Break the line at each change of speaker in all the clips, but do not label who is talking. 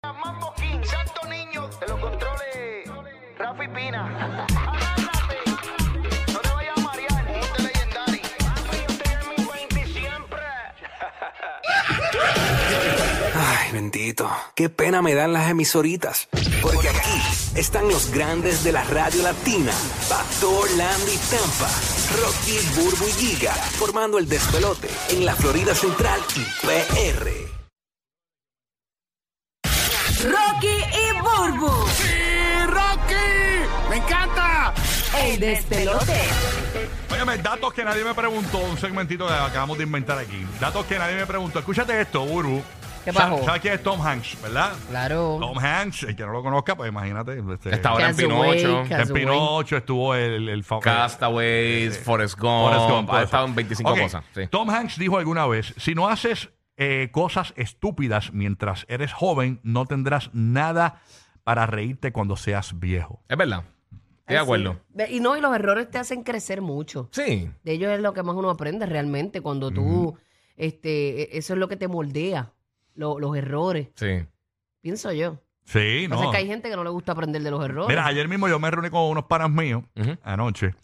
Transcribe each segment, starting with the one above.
pipina. Agárrate, no te vayas a marear. Ponte legendario. Papi, yo estoy en mi 20 siempre.
Ay, bendito. Qué pena me dan las emisoritas. Porque aquí están los grandes de la radio latina. Pastor, Landy, Tampa. Rocky, Burbu y Giga. Formando el despelote en la Florida Central y PR.
Rocky y Burbu.
Rocky! ¡Me encanta!
El despelote.
Óyeme, datos que nadie me preguntó, un segmentito que acabamos de inventar aquí. Datos que nadie me preguntó. Escúchate esto, Uru.
¿Qué
Sa-
pasó?
¿Sabes quién es Tom Hanks, verdad?
Claro.
Tom Hanks, el que no lo conozca, pues imagínate. este,
Está ahora en
Castaway,
Pinocho.
Castaway.
En Pinocho estuvo el, el eh, famoso.
Castaways, Forrest Gump. ha estado en 25 cosas. sí.
Tom Hanks dijo alguna vez: si no haces eh, cosas estúpidas mientras eres joven, no tendrás nada para reírte cuando seas viejo.
Es verdad. Estoy de acuerdo.
Ve- Y no, y los errores te hacen crecer mucho.
Sí.
De ellos es lo que más uno aprende realmente cuando tú, este, e- eso es lo que te moldea, lo- los errores,
Sí.
pienso yo.
Sí,
Lo que
no.
pasa es que hay gente que no le gusta aprender de los errores.
Mira, ayer mismo yo me reuní con unos panas míos
Ujú.
anoche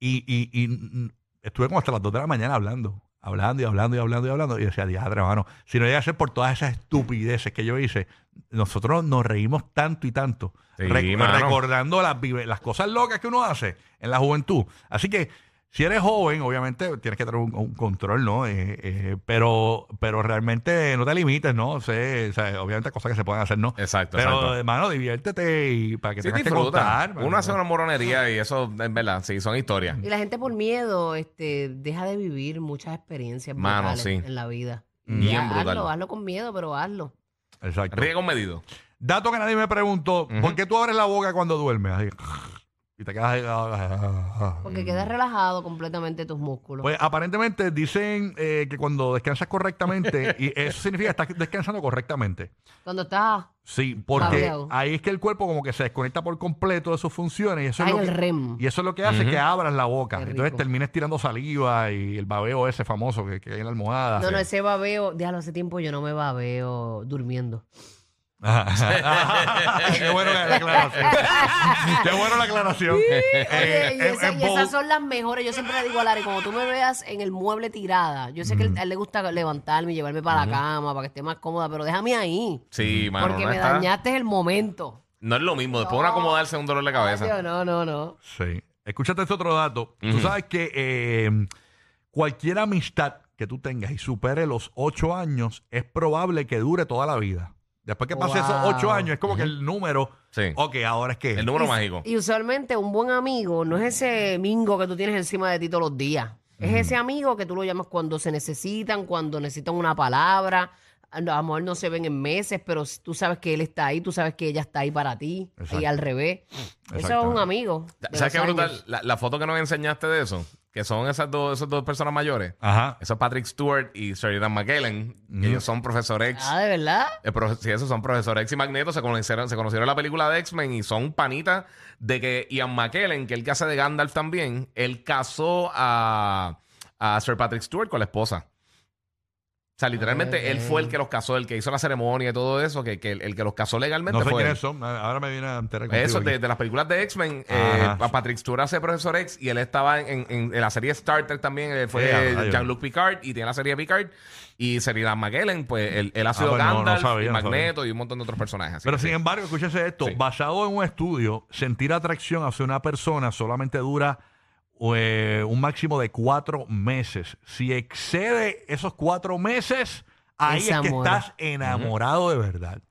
y, y- y, mm, estuve como hasta las 2 de la mañana hablando, hablando y hablando y hablando y hablando. Y decía, diadre, hermano, si no llega a ser por todas esas estupideces que yo hice, nosotros nos reímos tanto y tanto.
Sí,
Re-
mano.
recordando las, vive- las cosas locas que uno hace en la juventud. Así que si eres joven, obviamente tienes que tener un, un control, ¿no? Eh, eh, pero, pero realmente no te limites, ¿no? Sé, o sea, obviamente cosas que se pueden hacer, ¿no?
Exacto,
Pero,
exacto.
hermano, diviértete y para que
Sí,
tengas que
disfruta.
contar.
Uno hace una moronería y eso es verdad. Sí, son historias.
Y la gente por miedo este, deja de vivir muchas experiencias
Mano,
brutales
sí.
en la vida.
Mm.
Y
Bien
ha-
brutal.
Hazlo, hazlo con miedo, pero hazlo.
Exacto.
Riego medido.
Dato que nadie me preguntó,
Ujú.
¿por qué tú abres la boca cuando duermes? Así, y te quedas ah, ahí.
Porque quedas relajado completamente tus músculos.
Pues aparentemente dicen eh, que cuando descansas correctamente, y eso significa que estás descansando correctamente.
Cuando estás
Sí, porque
Babeado.
ahí es que el cuerpo como que se desconecta por completo de sus funciones y eso,
estás
es
en
lo
el
que,
REM.
y eso es lo que hace que abras la boca.
Qué rico.
Entonces termines tirando saliva y el babeo ese famoso que, que hay en la almohada.
No, no, ese babeo, déjalo, hace tiempo yo no me babeo durmiendo.
Ajá. Ah. Qué bueno la aclaración. Qué bueno la aclaración. Eh,
Oye, y
en-
esa-
en
y esas
Bo-
son las mejores. Yo siempre le digo a Lari, como tú me veas en el mueble tirada, yo sé que a él le gusta levantarme y llevarme para la cama para que esté más cómoda, pero déjame ahí.
Sí, mano.
porque
no,
me
está-
dañaste el momento.
no es lo mismo. Después uno acomodarse es un dolor de cabeza.
Yo, no, no, no.
Sí. Escúchate este otro dato. Tú
Ujú.
sabes que eh, cualquier amistad que tú tengas y supere los ocho años es probable que dure toda la vida. Después que pase esos
Wow.
ocho años, es como que el número.
Sí.
Ok, ahora es que.
El número mágico.
Y usualmente un buen amigo no es ese mingo que tú tienes encima de ti todos los días. Es ese amigo que tú lo llamas cuando se necesitan, cuando necesitan una palabra. A lo mejor no se ven en meses, pero s- tú sabes que él está ahí, tú sabes que ella está ahí para ti. Y
Exacto.
al revés. Eso es un
Exactamente.
amigo. de
¿Sabes qué
los años.
brutal? La, la foto que nos enseñaste de eso, que son esas dos, esas dos personas mayores,
Ajá.
eso es Patrick Stewart y Sheridan McKellen, que ellos son profesores.
Ah, de verdad.
Eh, profe- sí, esos son profesor X y Magneto, se conocieron, se conocieron en la película de X-Men y son panitas de que Ian McKellen, que él que hace de Gandalf también, él casó a, a Sir Patrick Stewart con la esposa. O sea, literalmente él fue el que los casó, el que hizo la ceremonia y todo eso, que, que el, el que los casó legalmente
No sé
fue él.
quiénes son. Ahora me viene a enterar.
Pues Eso,
contigo
de,
aquí.
de las películas de X-Men, eh,
Ajá.
a Patrick Stewart hace Profesor X y él estaba en, en- en la serie Star Trek también, eh, fue
Eh,
eh,
rayos.
Jean-Luc Picard y tiene la serie Picard y Sheridan McKellen, pues él, él ha sido
pues no, no
Gandalf,
sabía,
y
no
Magneto y un montón de otros personajes. así
Pero
que
sin em-
sí.
embargo, escúchese esto.
Sí.
Basado en un estudio, sentir atracción hacia una persona solamente dura eh, un máximo de cuatro meses. Si excede esos cuatro meses, ahí
Es
es, que
amor.
estás enamorado de verdad.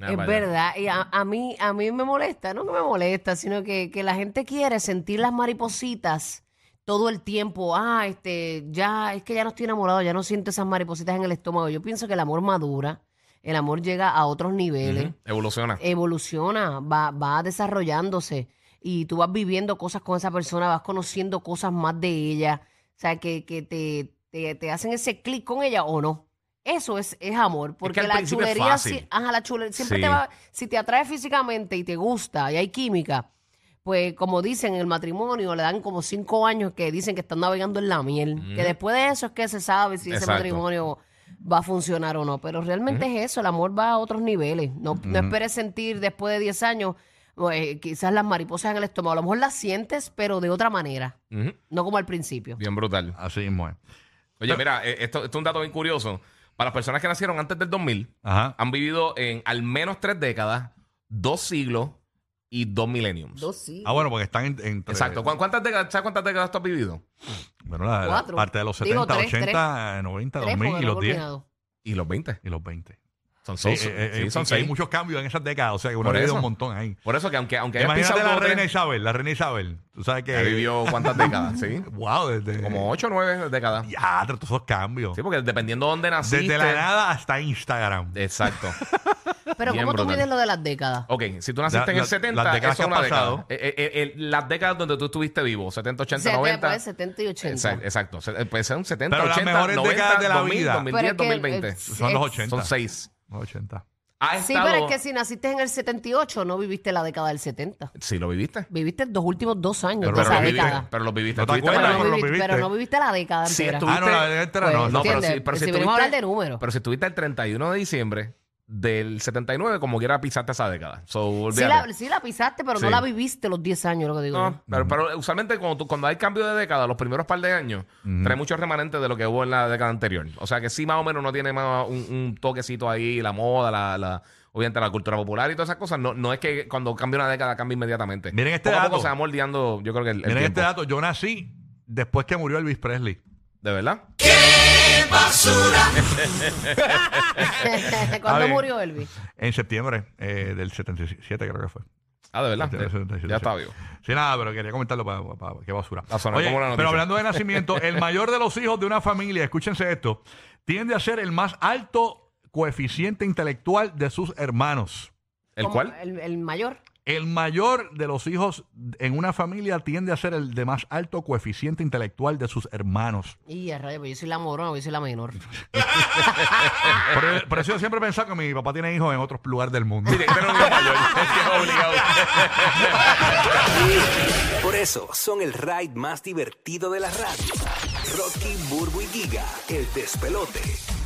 Ah,
es
vaya.
verdad. Y a, a mí, a mí me molesta, no que me molesta, sino que, que la gente quiere sentir las maripositas todo el tiempo. Ah, este, ya, es que ya no estoy enamorado, ya no siento esas maripositas en el estómago. Yo pienso que el amor madura, el amor llega a otros niveles.
Ujú, Evoluciona.
evoluciona, va, va desarrollándose y tú vas viviendo cosas con esa persona, vas conociendo cosas más de ella, o sea, que, que te, te, te hacen ese clic con ella o no. Eso es, es amor, porque
al
la
principio es
chulería,
fácil.
sí- ajá, la chulería siempre
Sí.
te va, si te atrae físicamente y te gusta y hay química, pues como dicen en el matrimonio, le dan como cinco años que dicen que están navegando en la miel, que después de eso es que se sabe si ese
Exacto.
matrimonio va a funcionar o no, pero realmente es eso, el amor va a otros niveles, no, no esperes sentir después de 10 años eh, quizás las mariposas en el estómago. A lo mejor las sientes, pero de otra manera,
Ujú.
no como al principio.
Bien brutal.
Así mismo es.
Oye, mira, eh, esto, esto es un dato bien curioso. Para las personas que nacieron antes del 2000,
Ajá.
han vivido en al menos tres décadas, dos siglos y dos millenniums.
Dos sí.
Ah, bueno, porque están en- entre-
Exacto. ¿Cu- ¿Cuántas décadas, ¿Sabes cuántas décadas tú has vivido?
Bueno, la, la
Cuatro.
parte de los
Digo,
70,
tres,
80, 90,
Tres,
2000
porque
y
no
los
lo he
10
olvidado.
Y los 20.
y los 20.
Son,
Sí,
son,
eh,
son-
eh,
sí,
eh,
son
porque hay
seis.
muchos cambios en esas décadas, o sea, que uno ha
Por
vivido
eso.
un montón ahí.
Por eso que aunque, aunque hayas
Imagínate
pisado
la
dos o tres,
reina Isabel, la reina Isabel. Tú sabes que...
ya vivió cuántas décadas, ¿sí?
Wow, desde...
Como ocho o nueve décadas.
Ya, todos esos cambios.
Sí, porque dependiendo de dónde naciste.
desde la nada hasta Instagram.
Exacto.
Pero
Bien
¿cómo tú
brutal.
mides lo de las décadas?
Ok, si tú naciste
La-
en
la-
el 70,
las décadas
eso
que
es
han
una
pasado.
década. Eh, eh, eh, las décadas donde tú estuviste vivo, 70, 80,
Se te
90.
puede 70 pues, y 80.
Exacto, exacto. Se- eh, Puede ser un 70,
Pero las
80,
mejores
90,
décadas de la
2000,
vida.
2010,
Pero es que,
2020.
eh,
Son los
es-
80.
Son seis.
Los 80.
Ha
Sí,
estado-
pero es que si naciste en el 78, no viviste la década del 70.
Sí, lo viviste.
Viviste los últimos dos años
Pero
de
lo
esa
viviste.
década.
pero lo viviste.
No te
Estuviste
Pero,
acuerdas,
en la-
no
pero lo
viviste, pero
viviste.
no viviste la década
Sí,
entera.
estuve-
Ah, no,
¿Viste?
la entera no.
Pues,
no,
No, pero
¿Entiendes?
sí, pero
Si
si
venimos a
estuviste-
hablar de números.
Pero si estuviste el 31 de diciembre del 79, como quiera pisaste esa década. So,
Sí
olvídate.
la, sí la pisaste, pero no
Sí.
la viviste los 10 años, lo que digo. yo.
No, pero, pero usualmente cuando, tú- cuando hay cambio de década, los primeros par de años, trae muchos remanentes de lo que hubo en la década anterior. O sea que sí, más o menos, no tiene más un, un toquecito ahí, la moda, la, la- obviamente la cultura popular y todas esas cosas. No, no es que cuando cambia una década cambia inmediatamente.
Miren este
Poco a poco
dato.
se va moldeando, yo creo que el, el
Miren
tiempo.
este dato. Yo nací después que murió Elvis Presley.
¿De verdad?
Ah,
¿Cuándo
bien.
murió Elvis?
En septiembre eh, del 77, creo que fue.
Ah, de verdad.
Sí,
Eh,
sí, sí, sí.
ya está vivo.
Sí, nada, pero quería comentarlo para, para- para- qué basura.
Va a sonar Ah, como una noticia.
pero hablando de nacimiento, el mayor de los hijos de una familia, escúchense esto, tiende a ser el más alto coeficiente intelectual de sus hermanos.
¿El
¿Cómo?
cual?
El, el mayor.
El mayor de los hijos en una familia tiende a ser el de más alto coeficiente intelectual de sus hermanos.
Y a rayos, pues yo soy la morona, yo soy la menor.
Por, por eso yo siempre he pensado que mi papá tiene hijos en otros lugares del mundo.
Por eso son el ride más divertido de la radio. Rocky, Burbu y Giga, el despelote.